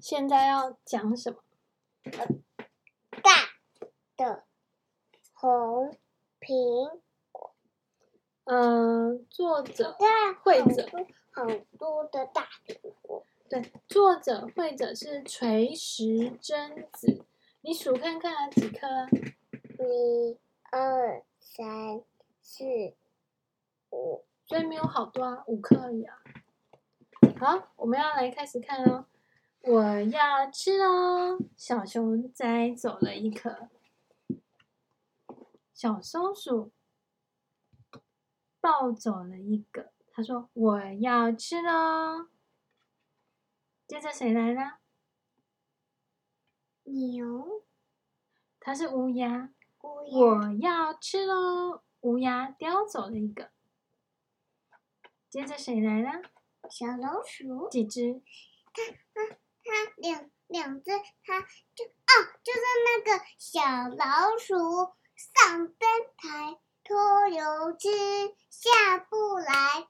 现在要讲什么？大的红苹嗯、作者大会好者多好多的大苹果，对作者会者是垂石真子，你数看看有几颗？啊一二三四五，所以没有好多啊，五颗而已啊。好，我们要来开始看哦。我要吃喽！小熊摘走了一颗，小松鼠抱走了一个。他说：“我要吃喽。”接着谁来呢？牛它是乌鸦。乌鸦我要吃喽！乌鸦叼走了一个。接着谁来了？小老鼠，几只？它两两只，它就哦，就是那个小老鼠上灯台拖油吃，下不来，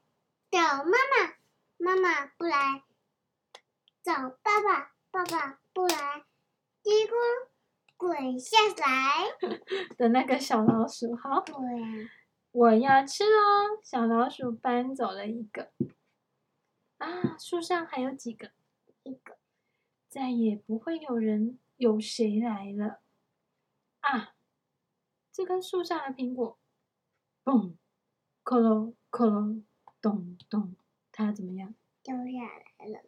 找妈妈，妈妈不来，找爸爸，爸爸不来，结果滚下来。的那个小老鼠。好，对啊呀、我要吃喽！小老鼠搬走了一个。啊，树上还有几个？一个再也不会有人有谁来了。啊，这根树上的苹果，嘣，咯咯咯咯，咚咚，它怎么样？掉下来，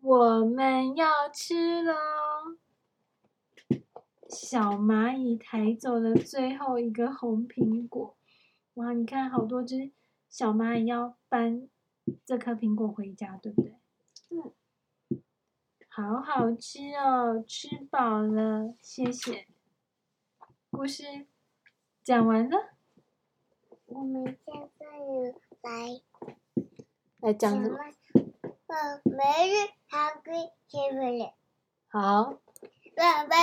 我们要吃喽！小蚂蚁抬走了最后一个红苹果，哇！你看，好多只小蚂蚁要搬这颗苹果回家，对不对？嗯，好好吃哦，吃饱了，谢谢。故事讲完了，我们现在有来。来什么？呃，每日还可以吃不了，好。爸爸。